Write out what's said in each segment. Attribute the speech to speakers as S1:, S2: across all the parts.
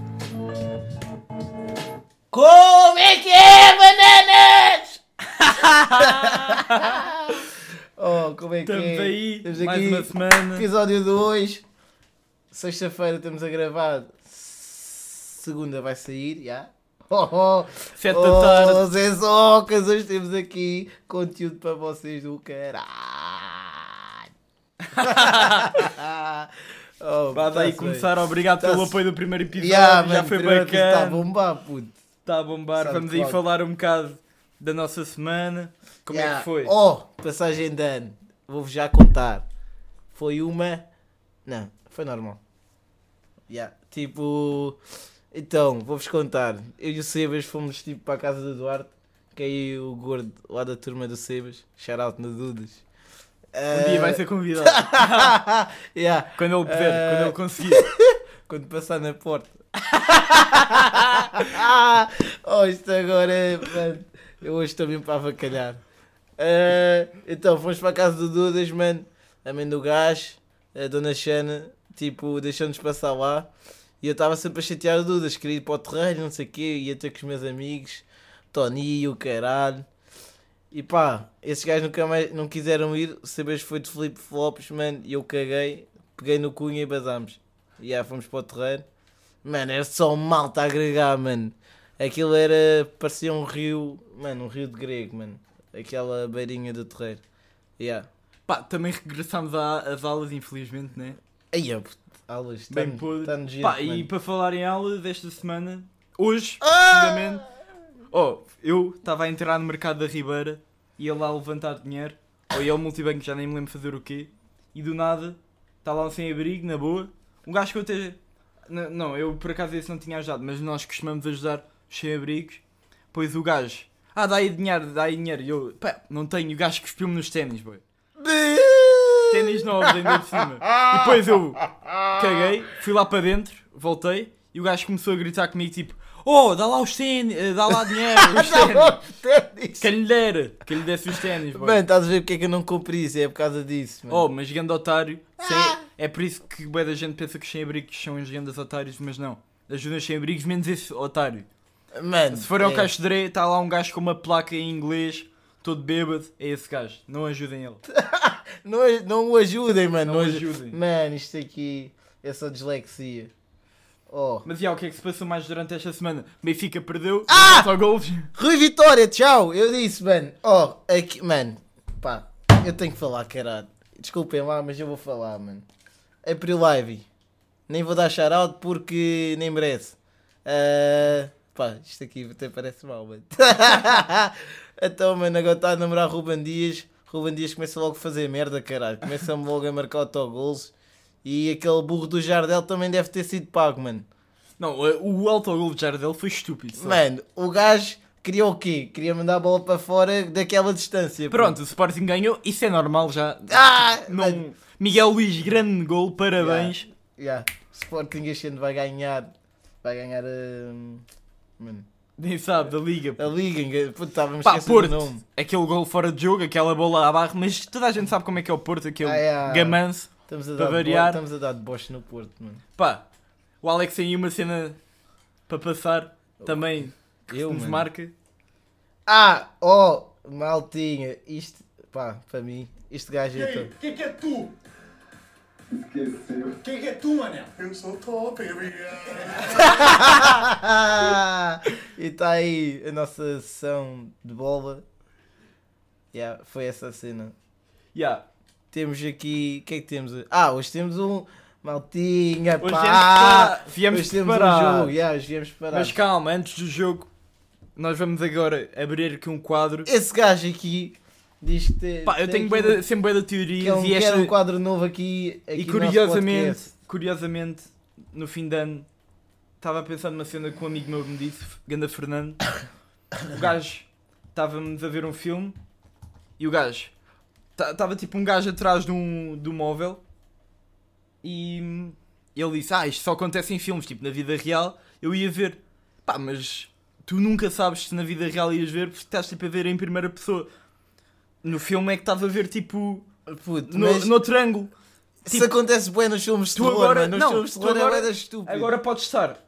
S1: oh, como é que é?
S2: Estamos aí,
S1: Estamos
S2: mais
S1: aqui.
S2: uma semana.
S1: Episódio 2. Sexta-feira estamos a gravar. Segunda vai sair, já. Oh, oh.
S2: Sete da
S1: oh,
S2: tarde.
S1: Zé Socas, hoje temos aqui conteúdo para vocês do caralho. oh,
S2: Vá daí
S1: tá-se
S2: começar.
S1: bem.
S2: Tá Obrigado pelo
S1: Tá-se-
S2: apoio do primeiro episódio.
S1: Tá Yeah,
S2: já
S1: mano,
S2: foi
S1: primeiro episódio Está a
S2: bacana.
S1: bombar, puto.
S2: Está a bombar.
S1: Sabe,
S2: Vamos aí
S1: claro.
S2: falar um bocado da nossa semana. Como é
S1: Yeah.
S2: que foi?
S1: Oh, passagem de ano. Vou-vos já contar. Foi uma. Não, foi normal. Yeah. Tipo. Então, vou-vos contar. Eu e o Sebas fomos tipo para a casa do Duarte, que é aí o gordo lá da turma do Sebas. Shout out no Dudas. Ah,
S2: Um dia vai ser convidado.
S1: yeah.
S2: quando ele puder,
S1: Eh,
S2: quando ele conseguir.
S1: Quando passar na porta. oh, isto agora é. Mano, eu hoje estou mesmo para avacalhar. Ah, então, fomos para a casa do Dudas, mano. A mãe do gás, a dona Xana, tipo, deixou-nos passar lá. E eu estava sempre a chatear o Dudas, queria ir para o terreiro, não sei o quê. Ia ter com os meus amigos, Tony, o caralho. E pá, esses gajos nunca mais não quiseram ir. O Sebas foi de Felipe Flops, mano. E eu caguei, peguei no cunha e bazámos. E yeah, fomos para o terreiro. Mano, era só um malta a agregar, mano. Aquilo era. parecia um rio. Mano, um rio de grego, mano. Aquela beirinha do terreiro. Yeah.
S2: Pá, também regressámos à- às aulas, infelizmente, né?
S1: Aí, ó, puto, aulas.
S2: Bem
S1: Está-me
S2: podre.
S1: tá giro.
S2: Pá, e
S1: mano.
S2: para falar em aulas desta semana, hoje,
S1: Ah!
S2: precisamente, oh, eu estava a entrar no mercado da Ribeira e ele lá a levantar dinheiro, ou ia ao multibanco, já nem me lembro fazer o quê, e do nada, está lá um sem-abrigo, na boa, um gajo que eu até. N- Não, eu por acaso esse não tinha ajudado, mas nós costumamos ajudar os sem-abrigos, pois o gajo. Ah, dá aí dinheiro, dá aí dinheiro. E eu, pá, não tenho. O gajo cuspiu-me nos ténis, boy. Ténis novos ainda por cima. E depois eu caguei, fui lá para dentro, voltei e o gajo começou a gritar comigo tipo Oh, dá lá os ténis, eh, dá lá dinheiro, os ténis.
S1: Tá bom, ténis.
S2: Quem lhe dera, quem lhe desse os ténis, boy.
S1: Mano, estás a ver porque é que eu não cumpri isso? É por causa disso, mano.
S2: Oh, mas grande otário. sem- É por isso que bué da gente pensa que os sem-abrigos são os grandes otários, mas não. Ajuda os sem-abrigos, menos esse otário.
S1: mano.
S2: Oh, Se for ao
S1: é.
S2: Caixo de Dré, está lá um gajo com uma placa em inglês, todo bêbado, é esse gajo. Não ajudem ele.
S1: Não, aj- não o ajudem, mano.
S2: Não
S1: Não
S2: o
S1: aj-
S2: ajudem.
S1: Mano, isto aqui é só dislexia. Oh.
S2: Mas e yeah, o que é que se passou mais durante esta semana? Benfica perdeu,
S1: Ah!
S2: só golos.
S1: Rui Vitória, tchau! Eu disse, mano. Oh, aqui, mano. Pá, eu tenho que falar, caralho. Desculpem lá, mas eu vou falar, mano. April Live. Nem vou dar shout-out porque nem merece. Ah, pá, isto aqui até parece mal, mano. então, mano, agora está a namorar Ruben Dias. Ruben Dias começa logo a fazer merda, caralho. Começa-me logo a marcar autogolos. E aquele burro do Jardel também deve ter sido pago, mano.
S2: Não, o autogol de Jardel foi estúpido. só.
S1: Mano, o gajo queria o quê? Queria mandar a bola para fora daquela distância. pô.
S2: Pronto, o Sporting ganhou, isso é normal já.
S1: Ah! Mano,
S2: Não... Miguel Luís, grande gol, parabéns.
S1: yeah. Sporting este ano vai ganhar. Vai ganhar hum, mano,
S2: Nem sabe, da Liga.
S1: a
S2: pô.
S1: Liga. Puto, estávamos
S2: Pá,
S1: esquecendo o
S2: Porto,
S1: nome.
S2: aquele gol fora de jogo, aquela bola à barra, mas toda a gente sabe como é que é o Porto, aquele
S1: Ah, yeah.
S2: gamanço.
S1: Estamos a,
S2: Para
S1: dar de bo-
S2: variar.
S1: estamos a dar de boche no Porto, mano.
S2: Pá, o Alex tem uma cena para passar, também
S1: Eu,
S2: nos
S1: mano.
S2: marca.
S1: Ah! Oh! Maltinha. Isto, pá, para mim, este gajo é todo.
S3: Quem que é tu? Esqueceu. Quem que é tu, mané? Eu sou top, obrigado.
S1: Ah, e está aí a nossa sessão de bola. Yeah, foi essa cena.
S2: Yeah.
S1: Temos aqui. O que é que temos? hoje? Ah, hoje temos um. Maltinha,
S2: Hoje
S1: pá!
S2: temos- viemos
S1: hoje temos um
S2: preparar.
S1: jogo, yeah, hoje viemos parar.
S2: Mas calma, antes do jogo, nós vamos agora abrir aqui um quadro.
S1: Esse gajo aqui diz que. Tem,
S2: Pá, eu
S1: tem
S2: tenho
S1: aqui
S2: bué
S1: um-
S2: de- sempre bué de
S1: que é
S2: teorias
S1: um,
S2: e
S1: que era
S2: esta...
S1: um quadro novo aqui. aqui no
S2: E
S1: nosso
S2: curiosamente,
S1: podcast.
S2: curiosamente, no fim de ano, estava a pensar numa cena que um amigo meu me disse, Ganda Fernando. O gajo, estávamos a ver um filme e o gajo, estava tipo um gajo atrás de um, de um móvel e ele disse: Ah, isto só acontece em filmes, tipo na vida real. Eu ia ver, pá, mas tu nunca sabes se na vida real ias ver porque estás tipo a ver em primeira pessoa. No filme é que estás a ver tipo
S1: Puto,
S2: no,
S1: mas
S2: noutro ângulo.
S1: isso
S2: tipo-
S1: acontece bem nos filmes de
S2: Tu
S1: terror,
S2: agora-
S1: mano. Nos
S2: não,
S1: filmes de
S2: tu
S1: terror
S2: agora-
S1: é bué de estúpido.
S2: Agora podes estar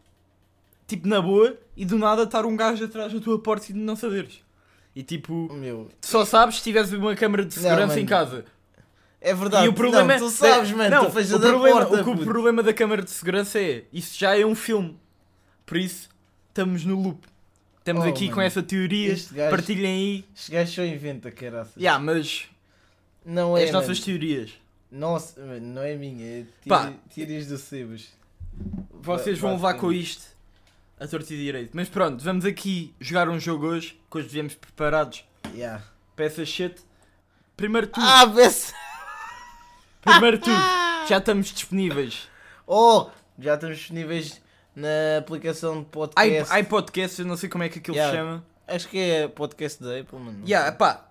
S2: tipo na boa e do nada estar um gajo atrás da tua porta e não saberes. E tipo,
S1: Meu.
S2: tu só sabes se tiveres uma câmara de
S1: Não,
S2: segurança
S1: mano.
S2: em casa.
S1: É verdade.
S2: e o problema
S1: não, tu sabes,
S2: é.
S1: mano.
S2: não,
S1: tu fazes
S2: o,
S1: a da
S2: problema,
S1: porta,
S2: o, que o
S1: puto.
S2: problema da câmara de segurança é. Isso já é um filme. Por isso, estamos no loop. Estamos
S1: Oh,
S2: aqui com
S1: mano.
S2: essa teoria.
S1: Este gajo-
S2: Partilhem aí.
S1: Estes gajos só inventa, caraças.
S2: Ya, mas.
S1: Não
S2: É
S1: é,
S2: as nossas
S1: mano.
S2: teorias.
S1: Nossa, mano, não é minha. É
S2: Pá.
S1: teori- teorias do Sebas.
S2: Vocês
S1: Ba-
S2: vão levar com
S1: basicamente.
S2: isto a torta e direito. Mas pronto, vamos aqui jogar um jogo hoje. Que hoje viemos preparados
S1: Yeah.
S2: para essa shit. Primeiro tu.
S1: Ah, vê-se.
S2: Primeiro tu. Já estamos disponíveis.
S1: Oh, já estamos disponíveis na aplicação de
S2: i-
S1: podcast.
S2: iPodcast, eu não sei como é que aquilo
S1: É Yeah.
S2: se chama.
S1: Acho que é podcast da Apple, mano.
S2: Yeah, pá,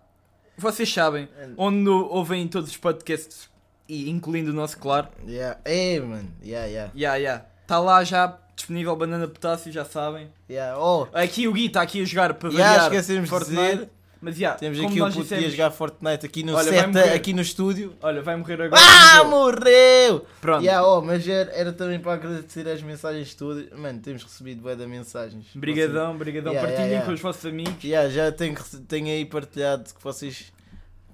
S2: vocês sabem, onde no- ouvem todos os podcasts, e incluindo o nosso, claro.
S1: Yeah. É, mano. Yeah, yeah.
S2: Yeah, yeah. Está lá já disponível banana potássio, já sabem.
S1: Yeah. Oh,
S2: Aqui o Gui está aqui a jogar para
S1: Yeah,
S2: variar.
S1: esquecemos de
S2: Fortnite.
S1: dizer.
S2: Mas yeah,
S1: temos
S2: como
S1: aqui o
S2: nós
S1: puto
S2: dissemos,
S1: a jogar Fortnite aqui no
S2: Olha, vai
S1: set,
S2: morrer.
S1: aqui no estúdio.
S2: Olha, vai morrer agora.
S1: Ah,
S2: no jogo.
S1: morreu!
S2: Pronto.
S1: Yeah, oh, mas era, era também para agradecer as mensagens todas. Mano, temos recebido bué de mensagens.
S2: Brigadão, brigadão.
S1: Yeah,
S2: Partilhem
S1: yeah,
S2: com
S1: yeah.
S2: os vossos amigos.
S1: Vocês- Yeah, já tenho, rece- tenho aí partilhado que vocês.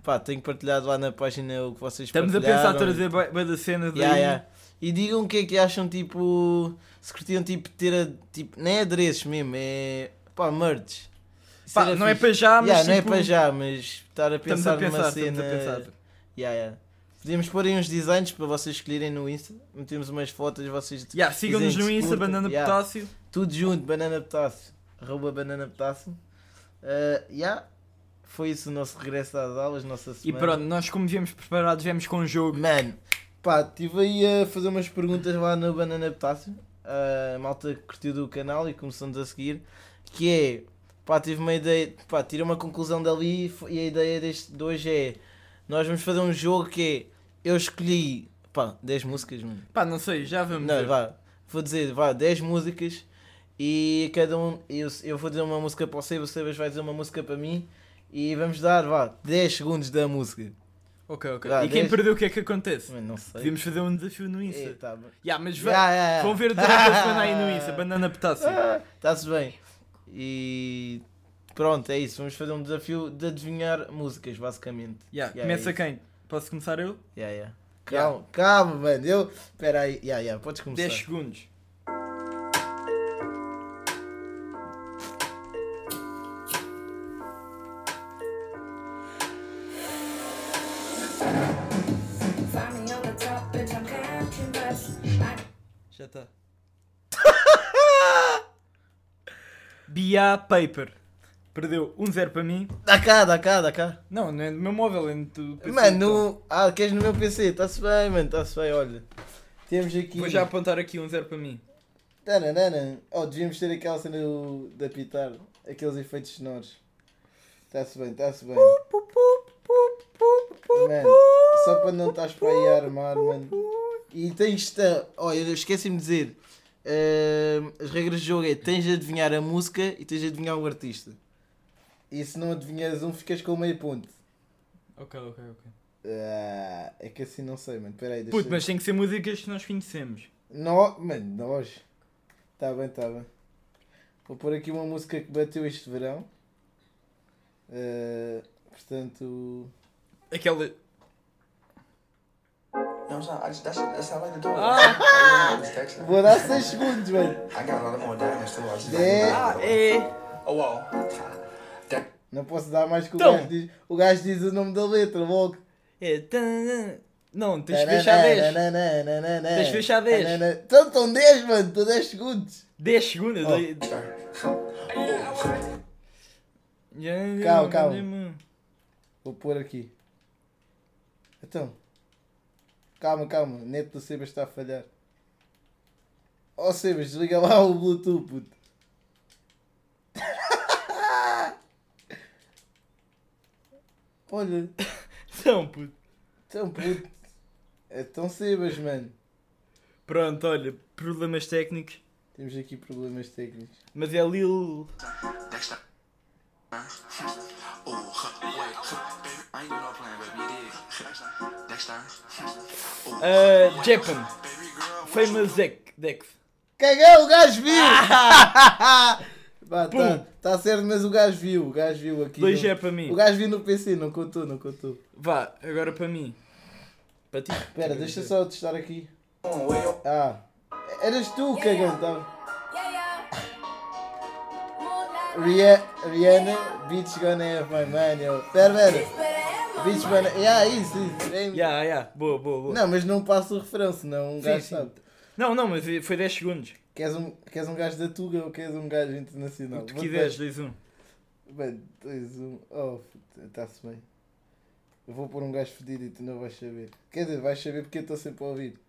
S1: Pá, tenho partilhado lá na página o que vocês
S2: Estamos a
S1: partilharam.
S2: pensar a trazer bem bem da cena daí.
S1: Yeah, yeah. E digam o que é que acham, tipo. Se curtiam, tipo, ter. A, tipo, nem é adereços mesmo, é. pá, merch. Isso
S2: Pá,
S1: era
S2: não é
S1: fixe.
S2: para já, mas
S1: Yeah, não é
S2: tipo,
S1: para já, mas estar a
S2: Estamos
S1: pensar,
S2: a pensar,
S1: numa
S2: estamos
S1: cena.
S2: a pensar.
S1: Yeah, yeah. Podíamos pôr aí uns designs para vocês escolherem no Insta. Metemos umas fotos, vocês.
S2: Yeah, Sigam-nos
S1: Dizem
S2: no
S1: que
S2: Insta,
S1: curtem,
S2: Banana
S1: yeah.
S2: Potássio.
S1: Tudo junto, banana potássio. Arroba banana potássio. Uh, yeah. Foi isso o nosso regresso às aulas, nossa
S2: E
S1: semana.
S2: pronto, nós como viemos preparados, viemos com o jogo.
S1: Mano, pá, estive aí a fazer umas perguntas lá no Banana Potássio, Ah, a malta que curtiu do canal e começamos a seguir, que é, pá, tive uma ideia, pá, tirei uma conclusão dali e fo- e a ideia deste de hoje é, nós vamos fazer um jogo que é, eu escolhi, pá, 10 músicas, mano.
S2: Pá, não sei, já vamos.
S1: Não,
S2: ver.
S1: vá, vou dizer, vá, 10 músicas e cada um, eu, eu vou dizer uma música para o Sebas, o Sebas vai dizer uma música para mim e vamos dar, vá, 10 segundos da música.
S2: Ok, ok.
S1: Vá,
S2: e quem
S1: deixa-
S2: perdeu o que é que acontece?
S1: Mano, não sei.
S2: Podíamos fazer um desafio no Insta.
S1: Eh, tá bom.
S2: Yeah, mas vá-
S1: Yeah, yeah, Ah. yeah.
S2: vão ver durante a semana aí no Insta, Banana Potássio.
S1: Está-se bem. E pronto, é isso. Vamos fazer um desafio de adivinhar músicas, basicamente.
S2: Yeah,
S1: Yeah, é
S2: Começa
S1: isso.
S2: quem? Posso começar eu?
S1: Yeah, yeah. Calma, calma, mano. Eu. Espera aí. Yeah, yeah. Podes começar.
S2: 10 segundos.
S4: Find me on the top, bitch, I'm counting bucks. I
S2: Já
S1: tá.
S2: está. Bia Paper. Perdeu 1-0 para mim.
S1: Dá cá, dá cá, dá cá.
S2: Não, não é no meu móvel, é no teu PC,
S1: mano,
S2: então.
S1: no- ah, queres no meu PC? Está-se bem, mano. Está-se bem, olha. Temos aqui.
S2: Vou já apontar aqui 1-0 para mim.
S1: Tananana. Oh, devíamos ter aquela cena do... de apitar. Aqueles efeitos sonoros. Está-se bem, está-se bem.
S2: Uh!
S1: Mano, Tá só para não estás para aí a armar, mano. E tens de. Olha, eu esqueci-me de dizer. Ahm, as regras de jogo é tens de adivinhar a música e tens de adivinhar o artista. E se não adivinhas um, ficas com meio ponto.
S2: Ok, ok, ok.
S1: Ah, é que assim não sei, mano. Peraí, deixa
S2: Puto, mas tem que ser músicas que nós conhecemos.
S1: Nó- Mano, nós. Tá bem, tá bem. Vou pôr aqui uma música que bateu este verão. Ah, portanto.
S2: Aquela.
S5: No, it's not. I just that's that's how I like to do it.
S2: Ah.
S5: I was texting.
S1: Vou dar 6 segundos, mano.
S5: I got a lot of more diamonds too. I just
S1: Yeah.
S5: like,
S2: É.
S5: oh wow. That
S1: Não posso dar mais que o
S2: Então.
S1: gajo diz. O gajo diz o nome da letra logo.
S2: É. tan- Não, tens de fechar 10. Tens de fechar 10.
S1: Então estão 10, mano. Estão 10 segundos.
S2: 10 segundos.
S1: Oh. Calma, calma. Vou pôr aqui. Então. Calma, calma. Neto do Sebas está a falhar. Ó oh, Sebas, desliga lá o Bluetooth, puto. Olha.
S2: Então, puto.
S1: Então, puto. É tão Sebas, mano.
S2: Pronto, olha, problemas técnicos.
S1: Temos aqui problemas técnicos.
S2: Mas é Lil.
S5: next time. Oh huh, wait, huh, baby. I ain't doing no playing, baby. You did. Next time. Oh,
S2: Uh, Japan.
S5: baby girl.
S1: é
S2: Famous Dex. Dex. Ah!
S1: Cagão, o gajo viu! Está tá certo, mas o gajo viu, o gajo viu aqui.
S2: Dois
S1: no-
S2: é para mim.
S1: O gajo viu no PC, não contou, não contou.
S2: Vá, agora para mim. Para ti.
S1: Espera, deixa só testar aqui. Ah, eras tu, cagão, tá? Ria- Rihanna, bitch gonna have my money. oh. Pera, pera. Bitch gonna... Yeah, isso, isso. É-
S2: Ya, ya, boa, boa, boa.
S1: Não, mas não passa o refrão, senão um
S2: Sim,
S1: gajo
S2: sim.
S1: sabe.
S2: Não, não, mas foi 10 segundos.
S1: Queres um, queres um gajo da Tuga ou queres um gajo internacional?
S2: O que
S1: Vou-
S2: quiseres, diz um.
S1: Bem, dois, um. Oh, está-se bem. Eu vou pôr um gajo fedido e tu não vais saber. Quer dizer, vais saber porque eu estou sempre a ouvir.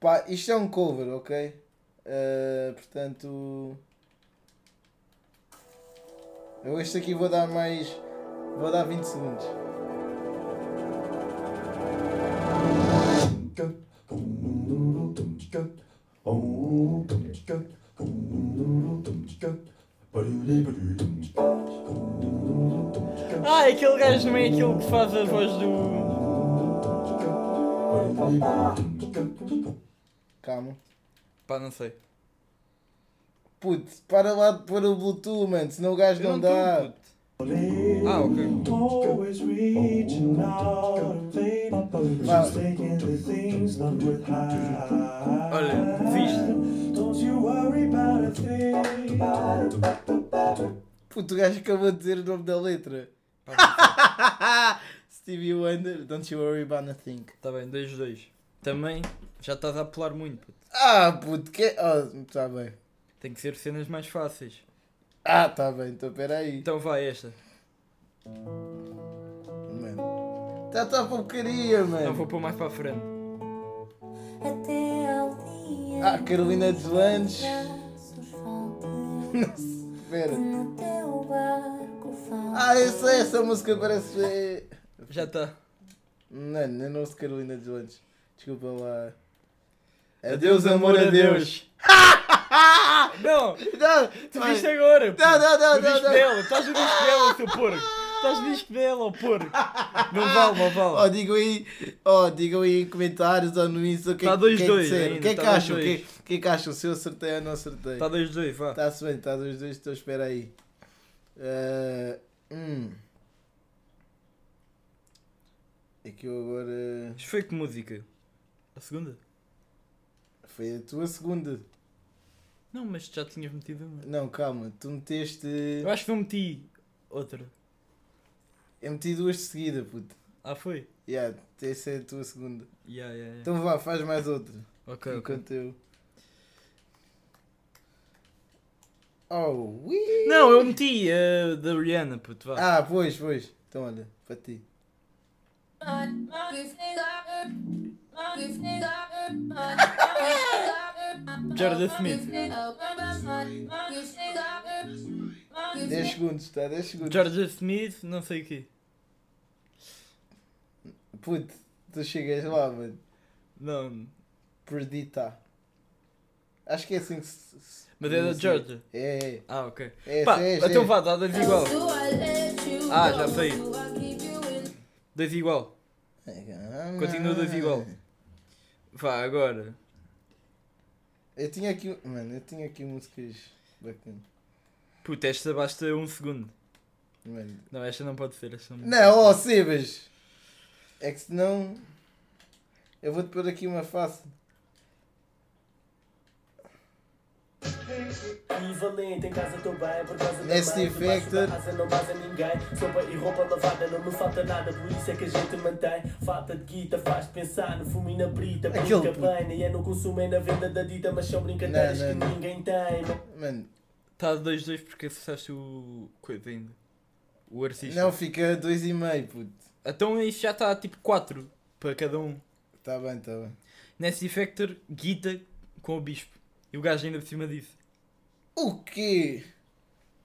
S1: Pá, isto é um cover, ok? Ah, portanto. Eu este aqui vou dar mais. Vou dar 20 segundos.
S2: Ah, é aquele gajo não é aquele que faz a voz do.
S1: Calma.
S2: Pá, não sei.
S1: Puto, para lá de pôr o Bluetooth, mano, senão o gajo
S2: Eu
S1: não
S2: tô,
S1: dá.
S2: puto. Ah, ok.
S6: Always reaching out, late,
S1: Vá.
S6: just taking the things not worth high.
S2: Olha, desisto.
S6: Don't you worry about a thing.
S1: Puto, o gajo acabou de dizer o nome da letra. Stevie Wonder, don't you worry about nothing.
S2: Tá bem, 2-2. Também já estás a apelar muito, puto.
S1: Ah, puto, que. Oh, tá bem.
S2: Tem que ser cenas mais fáceis.
S1: Ah, tá bem, então peraí.
S2: Então vai esta.
S1: Mano. Tá, tá porcaria,
S2: Não
S1: mano.
S2: vou pôr mais para a frente.
S4: Até ao dia
S1: Ah, Carolina dos Landes.
S4: braços faltam
S1: Espera.
S4: no teu barco falta
S1: Ah, essa, essa música parece. eh,
S2: Já tá. está.
S1: Não, não, não ouço Carolina dos Landes. Desculpa lá.
S2: Não,
S1: Não,
S2: tu
S1: vai.
S2: viste agora. pô.
S1: Não, não, não,
S2: no disco
S1: não, não.
S2: dela. Estás no disco dela, seu porco. Estás no disco dela, ó porco. Não vale, não
S1: Oh,
S2: vale.
S1: digam aí, oh, digam aí em comentários ou no Insta o que,
S2: Tá
S1: é-
S2: dois
S1: que é que
S2: dois
S1: disseram.
S2: ainda,
S1: O que é que
S2: tá dois
S1: acham? O que, é-
S2: dois.
S1: o que é que acham? Se eu acertei ou não acertei?
S2: Está 2-2, Tá vá.
S1: Está-se bem, está dos dois, então espera aí. Eh, hum. É que eu agora.
S2: Isto foi que música? A segunda?
S1: Foi a tua segunda.
S2: Não, mas já tinhas metido uma.
S1: Não, calma, tu meteste.
S2: Eu acho que não meti outra.
S1: Eu meti duas de seguida, puto.
S2: Ah, foi?
S1: Yeah, essa é a tua segunda.
S2: Ya, ya, ya.
S1: Então vá, faz mais outra.
S2: Ok, ok.
S1: Enquanto eu. Oh, ui!
S2: Não, eu meti a da Rihanna, puto, vá.
S1: Ah, pois, pois. Então olha, para ti.
S2: Jordan Smith.
S1: 10 segundos, está? 10 segundos.
S2: George Smith, não sei o quê.
S1: Puto, tu chegas lá, mano.
S2: Não,
S1: Perdita. Acho que é assim que se. se-
S2: mas é da
S1: assim.
S2: Georgia.
S1: É, é.
S2: Ah, ok.
S1: É,
S2: Pá,
S1: esse é, esse
S2: então
S1: é.
S2: vá, dá dois igual. Ah,
S4: um
S2: já sei. Dois igual. Continua dois igual.
S1: Ah.
S2: Vá, agora.
S1: Eu tinha aqui. Mano, eu tinha aqui músicas bacanas.
S2: Puta, esta basta um segundo.
S1: Mano.
S2: Não, esta não pode ser. Esta não...
S1: Não, ó, Sebas! É que senão. Eu vou-te pôr aqui uma face.
S7: Equivalente em casa tô bem por causa da
S1: Nesse
S7: mãe, por baixo
S1: Factor.
S7: da asa não vaza ninguém Sopa e roupa lavada não me falta nada Por isso é que a gente mantém Falta de guita faz pensar no fumo e na brita
S1: Aquele
S7: Brinca
S1: puto.
S7: bem, nem é no consumo é na venda da dita Mas são brincadeiras
S1: Não, não,
S7: que
S1: não.
S7: ninguém tem
S1: Mano,
S2: Está Tá dois dois porque acertaste o. coisa ainda. O artista.
S1: não fica 2,5, puto.
S2: Então isto já está tipo 4 para cada um.
S1: Tá bem, tá bem.
S2: Nancy Factor, Guita com o Bispo. E o gajo ainda por cima disso.
S1: O quê?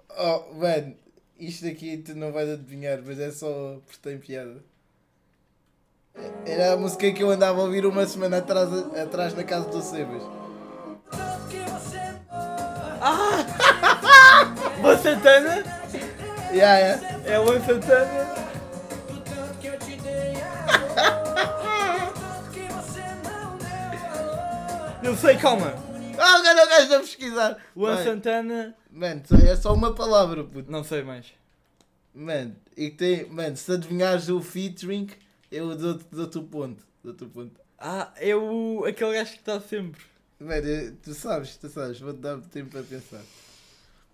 S1: Oh, mano, isto aqui tu não vais adivinhar, mas é só porque tem piada. Era a música que eu andava a ouvir uma semana atrás, atrás na casa do Sebas.
S2: Boa Santana!
S1: Yeah, yeah.
S2: É Luan Santana!
S4: Tá,
S2: Não sei, calma!
S1: Ah, o gajo o gajo a pesquisar.
S2: Luan
S1: Vai.
S2: Santana.
S1: Mano, só- é só uma palavra, puto.
S2: Não sei mais.
S1: Mano, e que tem. Mano, se adivinhares o featuring, eu dou-te dou-te o ponto. Dou-te o ponto.
S2: Ah, é o. aquele gajo que está sempre.
S1: Mano, eu- tu sabes, tu sabes, vou-te dar tempo para pensar.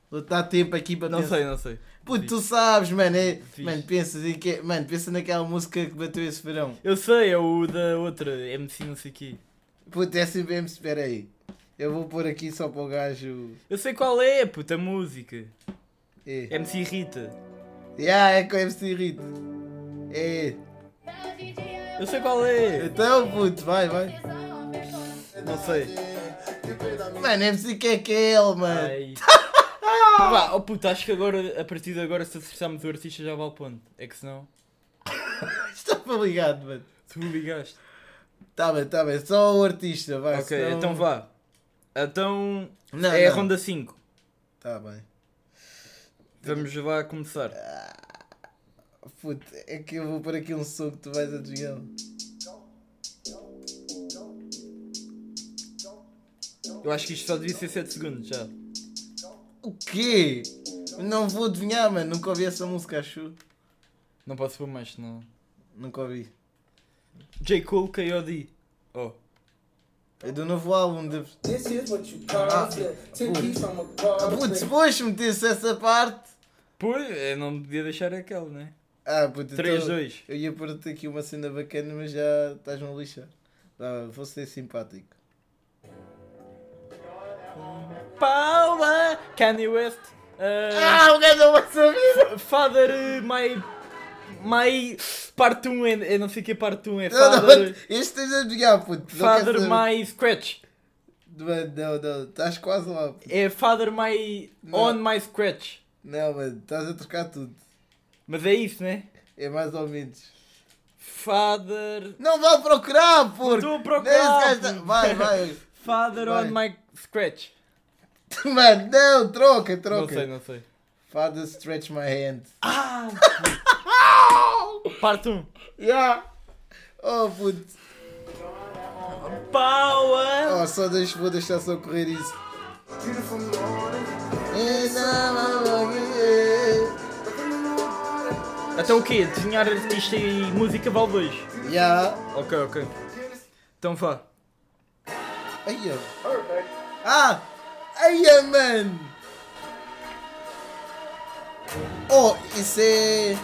S1: Vou-te dar tempo aqui para
S2: Não
S1: pensar.
S2: sei, não sei.
S1: Puto, tu sabes, mano. É,
S2: Fixe.
S1: mano, pensa, em que, é- mano, pensa naquela música que bateu esse verão.
S2: Eu sei, é o da outra, MC não sei quê.
S1: Puto, é sempre mesmo, espera aí. Eu vou pôr aqui só para o gajo.
S2: Eu sei qual é, puta, a música.
S1: É.
S2: MC Rita.
S1: Yeah, é com MC Rito. É.
S2: Eu sei qual é.
S1: Então, puto, vai, vai.
S2: Não sei.
S1: Mano, MC que é que é ele, mano.
S2: Ai. Pá, oh puta, acho que agora, a partir de agora, se acertarmos o artista já vale ponto. É que senão.
S1: Estava ligado, mano.
S2: Tu ligaste.
S1: Tá bem, tá bem. Só o artista, vai.
S2: ok,
S1: senão-
S2: então vá. Então.
S1: Não,
S2: é a
S1: não.
S2: ronda 5.
S1: Tá bem.
S2: Vamos lá começar.
S1: Puto, é que eu vou pôr aqui um som que tu vais adivinhar.
S2: Eu acho que isto só devia ser 7 segundos já.
S1: O quê? Não vou adivinhar, mano. Nunca ouvi essa música, acho.
S2: Não posso pôr mais, não.
S1: Nunca ouvi.
S2: J. Cole KOD. Oh.
S1: É do novo álbum de.
S7: This is what you call it. To keep from a
S1: Ah,
S7: car.
S1: Putz, depois metesse essa parte.
S2: Pois, eu não podia deixar aquele, né?
S1: Ah, puto,
S2: 3,
S1: então
S2: 2.
S1: Eu ia pôr-te aqui uma cena bacana, mas já estás-me a lixar. Tá, vou ser simpático.
S2: Paula! Kanye West! uh,
S1: Ah, o gajo não vai saber!
S2: Father uh, my. My. Part 1 and. Eu não sei que é Part 1 é
S1: Não, não,
S2: Father.
S1: este estás a adivinhar, puto. Não
S2: Father
S1: quero saber.
S2: my Scratch.
S1: Mano, não, não, estás quase lá. puto.
S2: É Father my.
S1: Não.
S2: On my Scratch.
S1: Não, mano, estás a trocar tudo.
S2: Mas é isso, né?
S1: É mais ou menos.
S2: Father.
S1: Não vá procurar, porco!
S2: Estou
S1: Não,
S2: a
S1: esse
S2: procurar!
S1: gajo tá- Vai, vai.
S2: Father on my Scratch.
S1: Mano, não, troca, troca.
S2: Não sei, não sei.
S1: Father stretch my hand.
S2: Parte 1.
S1: Yeah. Oh, puto.
S2: Power!
S1: Oh, só deixo, vou deixar só correr isso.
S2: Então o quê? Desenhar artista e música vale 2.
S1: Yeah.
S2: Ok, ok. Então vá.
S1: Ai, ó. Ah! Ai, ó, mano! Oh, isso é.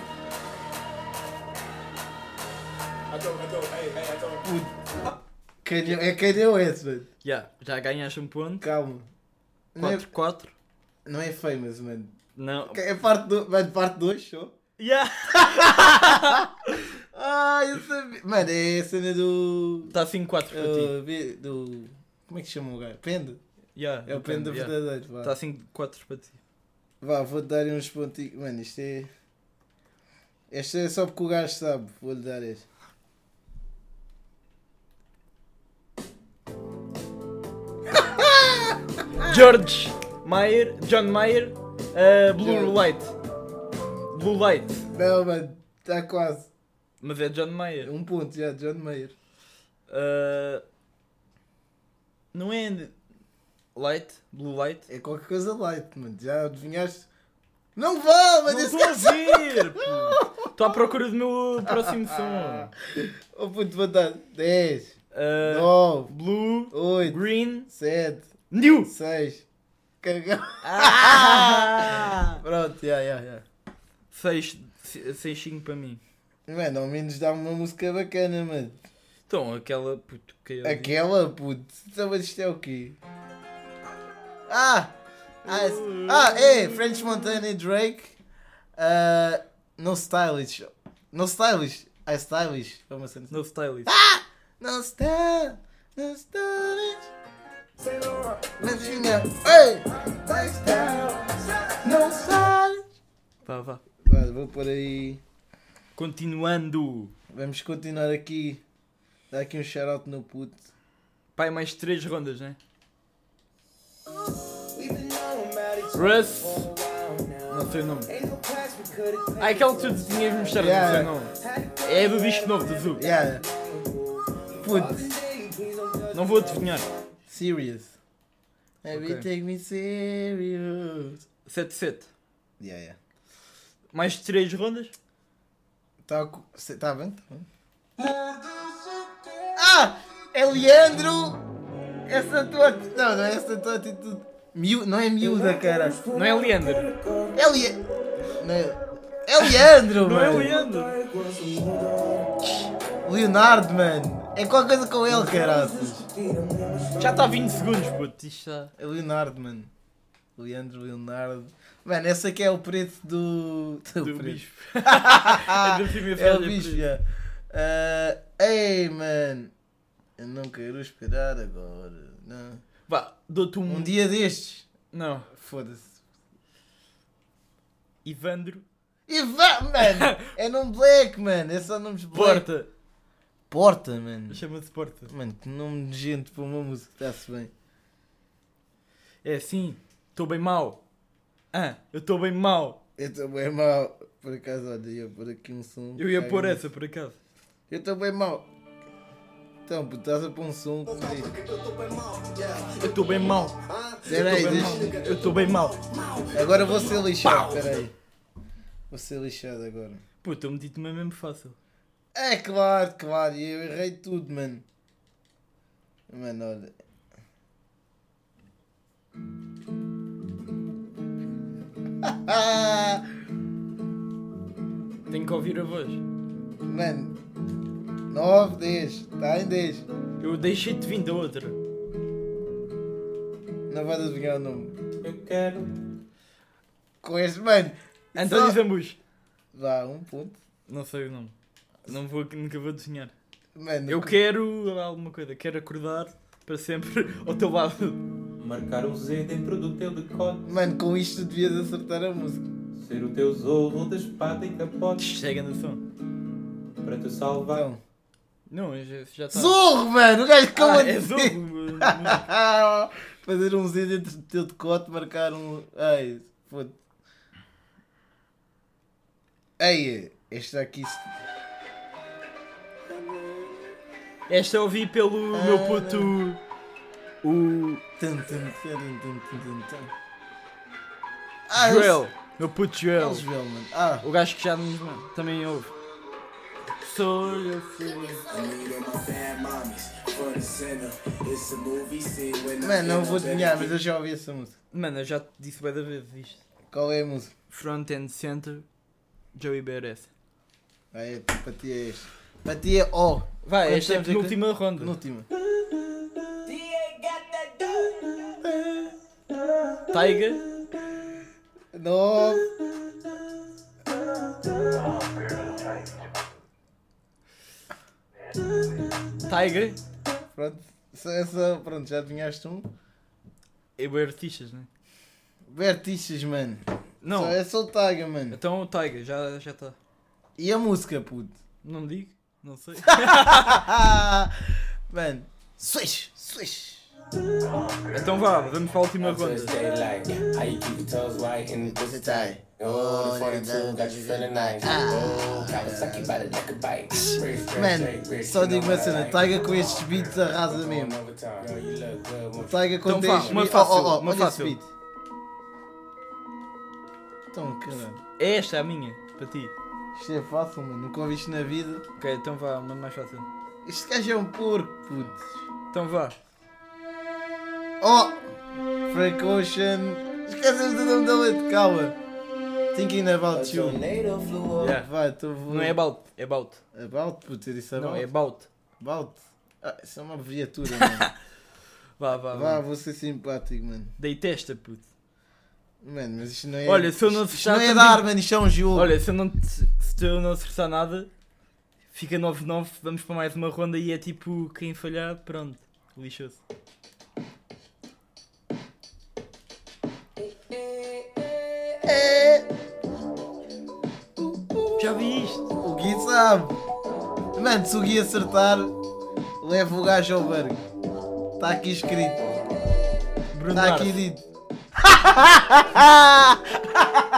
S1: Puto. Calhou, é calhou esse, mano.
S2: Já, já ganhaste um ponto.
S1: Calma. Não é,
S2: 4, 4.
S1: não é famous, mano.
S2: Não.
S1: É parte 2, mano, parte 2, show.
S2: Yeah.
S1: Ah, eu sabia. Mano, é a cena do.
S2: Está 5, 4 para Tá ti.
S1: uh, vi- do. Como é que chama o gajo? Pende?
S2: Ah, Yeah, Tá.
S1: É o pende verdadeiro. Vá,
S2: Está 5, 4 para ti.
S1: vá vou-te dar uns pontinhos. Mano, isto é. Este é só porque o gajo sabe. Vou-lhe dar este.
S2: George Mayer, John Mayer, uh, Blue
S1: George.
S2: Light. Blue Light.
S1: Não, mano, está quase.
S2: Mas é John Mayer.
S1: Um ponto já, John Mayer.
S2: Uh, não é. Light? Blue Light?
S1: É qualquer coisa light, mano. Já adivinhaste? Não vá,
S2: Não
S1: mano, esse
S2: estou a
S1: gajo.
S2: ver! Estou à procura do meu próximo som.
S1: Oh puto, vou dar 10,
S2: Uh,
S1: 9,
S2: Blue,
S1: 8,
S2: Green,
S1: 7,
S2: New!
S1: 6. Cagão. Pronto, já, já, já.
S2: 6 5 para mim.
S1: Mano, ao menos dá-me uma música bacana, mano.
S2: Então, aquela puto que eu
S1: Aquela, puto. Então, mas isto é o quê? Ah! Ah, esse- ah, é! French Montana e Drake. Ah, no Stylish. No Stylish. Ah, Stylish. É uma cena.
S2: No stylist.
S1: No Stylish. No Stylish. Mas you know. Ei! No Stylish. No Stylish.
S2: Vá, vá.
S1: Vá, vou por aí.
S2: Continuando.
S1: Vamos continuar aqui. Dá aqui um shout-out no puto.
S2: Pai, mais 3 rondas, né? Russ. Não sei o nome. Ah, aquele que tu tinhas mostrado,
S1: Yeah.
S2: não sei o nome. É do disco novo do Zoo.
S1: Yeah. Puto.
S2: Não vou adivinhar.
S1: Serious. Baby, take me serious.
S2: 7-7.
S1: Yeah, yeah.
S2: Mais 3 rondas?
S1: Tá, co- cê- tá bem? Tá bem. Ah! É Leandro! Essa tua. Não, não é essa tua atitude. Miú... Não é miúda, cara.
S2: Não é Leandro.
S1: É Leandro. Não é... É Leandro,
S2: Não é
S1: mano.
S2: Leandro.
S1: Leonardo, mano. É qualquer coisa com ele, caralho.
S2: Já está 20 segundos, puto. Isto está...
S1: É Leonardo, mano. Leandro, Leonardo. Mano, esse aqui é o preto do.
S2: Do
S1: preto.
S2: bispo. é do filme
S1: É o
S2: Velha
S1: bicho,
S2: Preta.
S1: já. Ah, ei, mano. Eu não quero esperar agora. Não.
S2: Vá, dou-te um...
S1: Um dia destes.
S2: Não.
S1: Foda-se.
S2: Ivandro.
S1: E vá, mano. É nome black, mano. É só nomes black.
S2: Porta.
S1: Porta, mano.
S2: Chama-se Porta.
S1: Mano, que nome de gente para uma música. Está-se bem.
S2: É assim. Estou bem mal. Ah, eu estou bem mal.
S1: Eu estou bem mal. Por acaso, olha, ia pôr aqui um som.
S2: Eu ia
S1: Caga
S2: pôr
S1: nisso.
S2: essa, por acaso.
S1: Eu estou bem mal. Então, puto, estás a pôr um som. Peraí.
S2: Eu estou bem mal.
S1: Espera aí,
S2: Eu tô bem
S1: deixa-
S2: mal. Eu estou bem mal.
S1: Agora vou ser lixado, peraí. Vou ser lixado agora.
S2: Puto, eu meti-te uma mesmo fácil.
S1: É claro, claro, e eu errei tudo, mano. Mano, olha.
S2: Tenho que ouvir a voz.
S1: Mano, 9, 10, está em 10.
S2: Eu deixei-te vir da outra.
S1: Não vais adivinhar o nome.
S7: Eu quero.
S1: Com este, mano.
S2: António
S1: só-
S2: Zambus.
S1: Vá, um ponto.
S2: Não sei o nome. Não vou, nunca vou desenhar.
S1: Mano,
S2: Eu
S1: com-
S2: quero alguma coisa. Quero acordar para sempre ao teu lado.
S7: Marcar o Z dentro do teu decote.
S1: Mano, com isto tu devias acertar a música.
S7: Ser o teu zorro da espada e capote.
S2: Chega na som.
S7: Para te salvar.
S1: Então.
S2: Não, já já está.
S1: Zorro, mano, o gajo com
S2: Ah,
S1: a
S2: é Zorro. mas-
S1: Fazer um Z dentro do teu decote, marcar um. Ai, foda Ei, este aqui. se-
S2: Esta eu ouvi pelo meu puto. O.
S1: Tum, tum, tum, tum, tum, tum, tum. Ah, esse-
S2: Joel. Meu puto
S1: É
S2: Joel.
S1: o Joel, mano. Ah,
S2: O gajo que já nos. Também ouve. Sou eu fui.
S1: mano, não vou adivinhar, mas eu já ouvi essa música.
S2: Mano, eu já te disse bem da vez isto.
S1: Qual é a música?
S2: Front and center. Joey BRS.
S1: Ah, é, para ti é este. Para ti é O.
S2: Vai,
S1: Quanto
S2: esta é a
S1: tempo é que-
S2: penúltima ronda.
S1: Penúltima.
S2: Tiger.
S1: 9.
S2: Tiger.
S1: Pronto. Essa- Essa, pronto, já adivinhaste um.
S2: É o artistas, né?
S1: Bertiches, mano.
S2: Não.
S1: Só é só o Tiger, mano.
S2: Então o Tiger, já já está.
S1: E a música, puto?
S2: Não me digo? Não sei.
S1: mano, swish, swish.
S2: então vá, vamos para a última ronda.
S8: like, how you keep your toes white and pussy tight. Oh, the 42
S1: tá
S8: got you feeling nice. Oh, Kawasaki by the neck a bite.
S1: Mano, só digo uma cena, Tiger com estes beats arrasa mesmo. Tiger com
S2: Então
S1: estes
S2: vá,
S1: beats.
S2: uma fácil,
S1: oh, oh,
S2: uma
S1: olha
S2: fácil.
S1: esse beat. Então, caralho.
S2: É esta a minha, para ti.
S1: Isto é fácil, mano. Nunca ouviste na vida.
S2: Ok, então vá, uma mais fácil.
S1: Este gajo é um porco, puto.
S2: Então vá.
S1: Oh! Frank Ocean. Esquecemos do nome da letra, calma. Thinking about you.
S2: Yeah.
S1: Vai, tu
S2: Não é about, é about.
S1: About, puto, eu disse about.
S2: Não, é about.
S1: About. Ah, isso é uma abreviatura, mano.
S2: Vá, vá,
S1: Vá,
S2: vá.
S1: vou ser simpático, mano.
S2: Dei testa, puto.
S1: Mano, mas isto não é.
S2: Olha, se eu não
S1: isto- isto
S2: fechar
S1: não é
S2: também-
S1: dar, mano, isto é um jogo.
S2: Olha, se eu não, te- se eu não acertar nada, fica 9-9, vamos para mais uma ronda e é tipo, quem falhar, pronto. Lixou-se. Já vi isto?
S1: O Gui sabe. Mano, se o Gui acertar, leva o gajo ao barco. Está aqui escrito.
S2: Bruno
S1: Está
S2: Mars.
S1: aqui dito.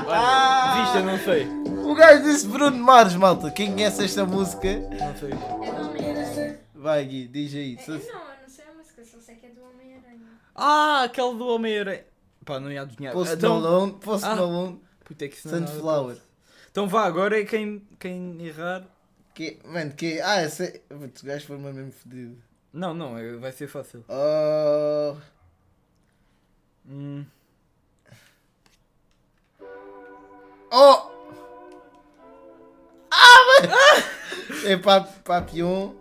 S2: Olha, viste, eu não sei.
S1: O gajo disse Bruno Mars, malta. Quem conhece esta música?
S2: Não sei.
S4: É do Homem-Aranha.
S1: Vai, Gui, diz aí.
S4: É,
S1: Se-
S4: Não, eu não sei a música, só sei que é do Homem-Aranha.
S2: Ah, aquele do Homem-Aranha. Pá, não ia adivinhar.
S1: Post
S2: Então-
S1: Malone, Post
S2: Ah.
S1: Malone,
S2: Puta que isso não é nada.
S1: Sunflower.
S2: Então vá, agora é quem, quem errar.
S1: Que, mano, que. Ah, esse. Putz, o gajo foi mesmo fodido.
S2: Não, não, é- vai ser fácil.
S1: Oh.
S2: Hum.
S1: Oh! Ah, mano! É pa- Papillon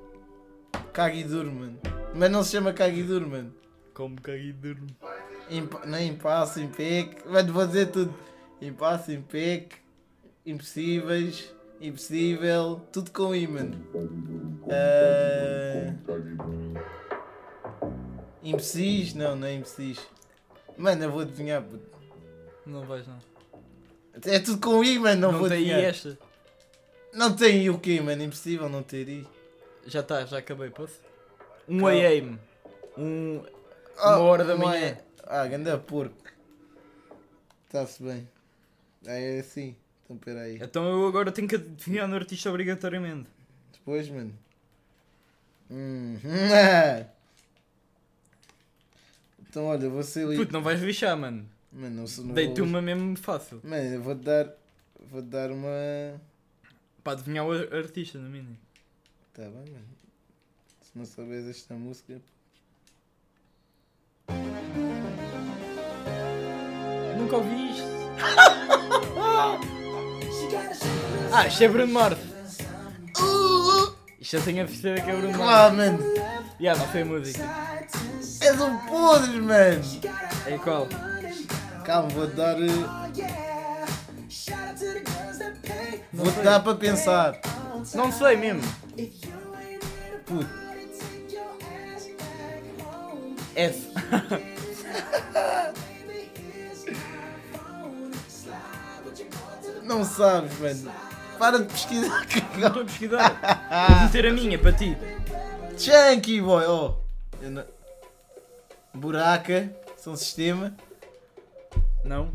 S1: Kagidur, mano. Mas não se chama Kagidur, mano.
S2: Como caí um dorme.
S1: Impa não é impasse, impec. Mano, vou dizer tudo. Impasse, impec. Impossíveis. Impossível. Tudo com I, mano. Ah, Imbecis? Não, não é imbecis. Mano, eu vou adivinhar, puto.
S2: Não vais não.
S1: É tudo com I, mano. Não,
S2: não
S1: vou
S2: tem
S1: adivinhar.
S2: esta.
S1: Não tem I o quê, mano? Impossível não ter I.
S2: Já está, já acabei, posso? Um
S1: Calma.
S2: AM. Um. Uma hora da
S1: não
S2: manhã.
S1: é. Ah, ganda porco. Está-se bem. Ah, é assim. Então peraí.
S2: Então eu agora tenho que adivinhar no artista obrigatoriamente.
S1: Depois, mano. Hum. Então olha, vou ser livre.
S2: Puto, não vais lixar, mano.
S1: Mano, não sou não
S2: Dei-te
S1: vou-
S2: uma mesmo fácil.
S1: Mano, eu vou dar. Vou dar uma.
S2: Para adivinhar o ar- artista, no mínimo.
S1: Tá bem, mano. Se não souberes esta música. é
S2: Nunca ouvi isto. ah, isto é Bruno Mars. Isto eu tenho a perceber que é Bruno Mars.
S1: Ah, mano!
S2: Yeah, não foi a música.
S1: És um podre, mano!
S2: É qual?
S1: Calma, vou dar. eh, Vou-te dar para pensar.
S2: Não sei mesmo.
S1: Puto.
S2: S.
S1: Não sabes, mano. Para de pesquisar,
S2: Estou
S1: cagão.
S2: a pesquisar. Vou meter a minha para ti.
S1: Chunky, boy. Oh. Eu não- Buraca. São sistema.
S2: Não?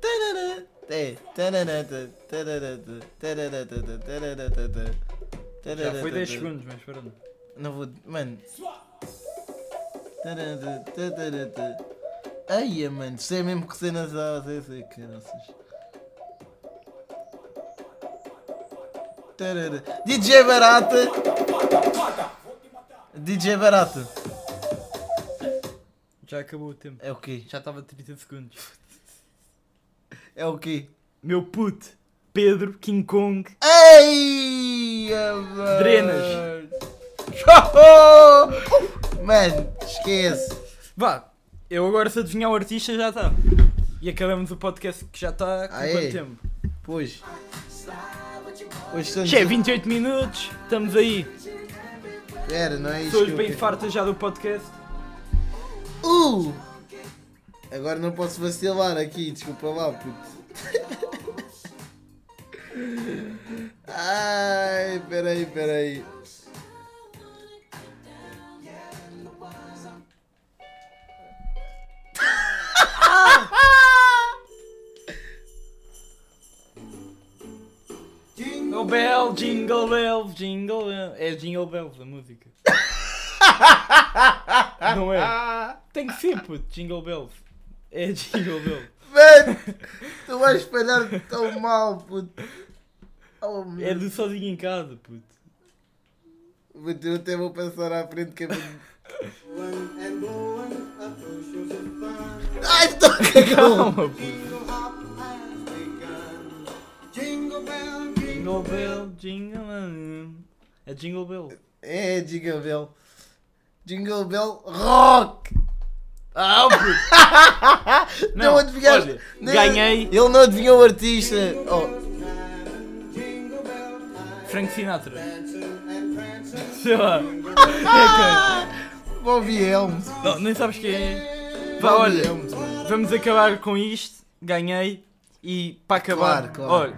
S1: Tarará. É. Tarará, tá, tarará, tá, tarará, tá, tá, tarará, tá, tá. Tarará,
S2: Já foi
S1: tá,
S2: 10
S1: tá.
S2: segundos, mas pronto.
S1: Não vou. Mano. Tarará, tarará, tá. Ai, mano. Isto é mesmo que cenas a fazer, caraças. Tarará. DJ Barata. DJ Barata.
S2: Já acabou o tempo.
S1: É o quê?
S2: Já estava 30 segundos.
S1: É o quê?
S2: Meu puto. Pedro, King Kong.
S1: Ei! amor.
S2: Drenas.
S1: Mano, esquece.
S2: Vá, eu agora se adivinhar o artista já está. E acabamos o podcast que já está com
S1: Aê.
S2: quanto tempo?
S1: Pois. Hoje estamos.
S2: Che, 28 minutos, estamos aí.
S1: Pera, não é isto.
S2: Pessoas
S1: que eu
S2: bem
S1: quero.
S2: fartas já do podcast.
S1: Uh! Agora não posso vacilar aqui, desculpa lá, puto. Ai, peraí, peraí.
S2: Oh Bell, Jingle Bell, Jingle Bell. É Jingle Bells a música. Não é? Tem que ser, puto, Jingle Bells. É Jingle Bell.
S1: Mano, tu vais falhar tão mal, puto. Oh,
S2: É
S1: meu.
S2: do Sozinho em Casa, puto.
S1: Puto, eu até vou passar à frente que é muito- Ai, estou cagão.
S2: Calma, puto. Jingle Bell, Jingle Bell. É Jingle Bell.
S1: É, Jingle Bell. Jingle Bell Rock.
S2: Ah, puto.
S1: Ah, Não, adivinhaste.
S2: olha,
S1: Nem-
S2: ganhei
S1: Ele não adivinhou o artista. Oh.
S2: Frank Sinatra. Sei lá. É
S1: Bobby Helms.
S2: quem? Não, nem sabes quem é. Vá, olha, vamos acabar com isto. Ganhei. E para acabar,
S1: Claro, claro.
S2: olha,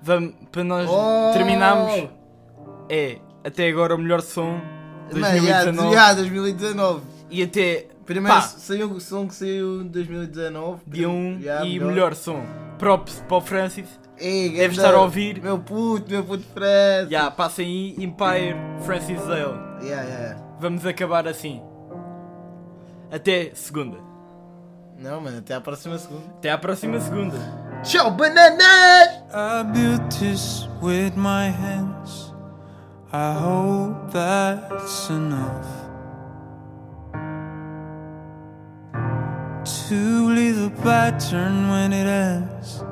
S2: vamos, para nós
S1: Oh!
S2: terminarmos, é até agora o melhor som de 2019.
S1: 2019. Já, 2019.
S2: E até
S1: Primeiro
S2: pá,
S1: saiu o som que saiu em 2019.
S2: dia 1
S1: Já,
S2: e melhor som. Props para o Francis.
S1: Ei,
S2: Deve
S1: ganda-
S2: estar a ouvir.
S1: Meu puto, meu puto Fred.
S2: Já, passem aí, Empire Francis Dale.
S1: Yeah, yeah.
S2: Vamos acabar assim. Até segunda.
S1: Não, mano, até à próxima segunda.
S2: Até à próxima segunda.
S1: Tchau, bananas!
S9: I built this with my hands. I hope that's enough to leave a pattern when it ends,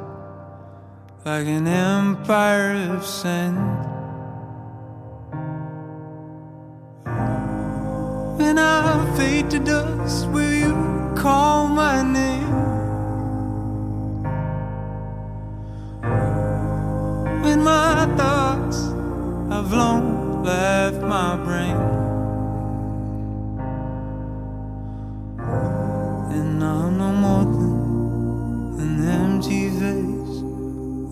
S9: like an empire of sand. When I fade to dust, will you call my name? when my thoughts have long left my brain. And I'm no more than an empty vase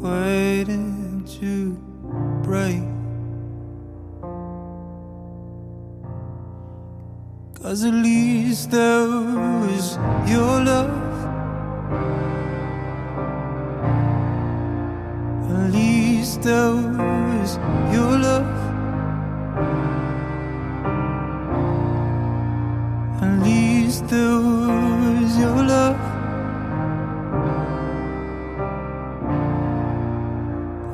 S9: waiting to break. Cause at least there was your love. At least there was your love. At least there was your love.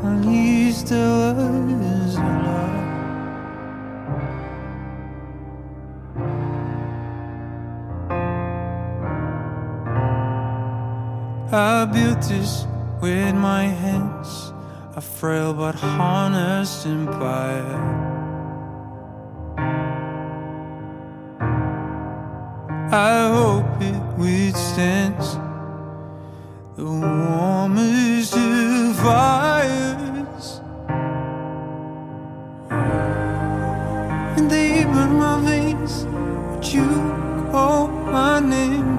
S9: At least there was your love. I built this with my hands, a frail but honest empire. I hope it withstands the warmest of fires. And they burn my veins, but you call my name.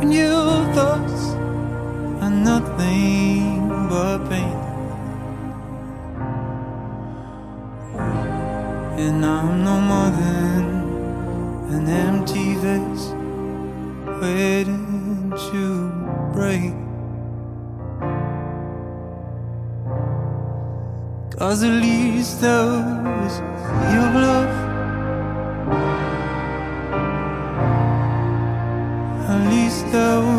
S9: and your thoughts are nothing but pain. And I'm no more than an empty vase waiting to break. Cause at least there was your love. At least there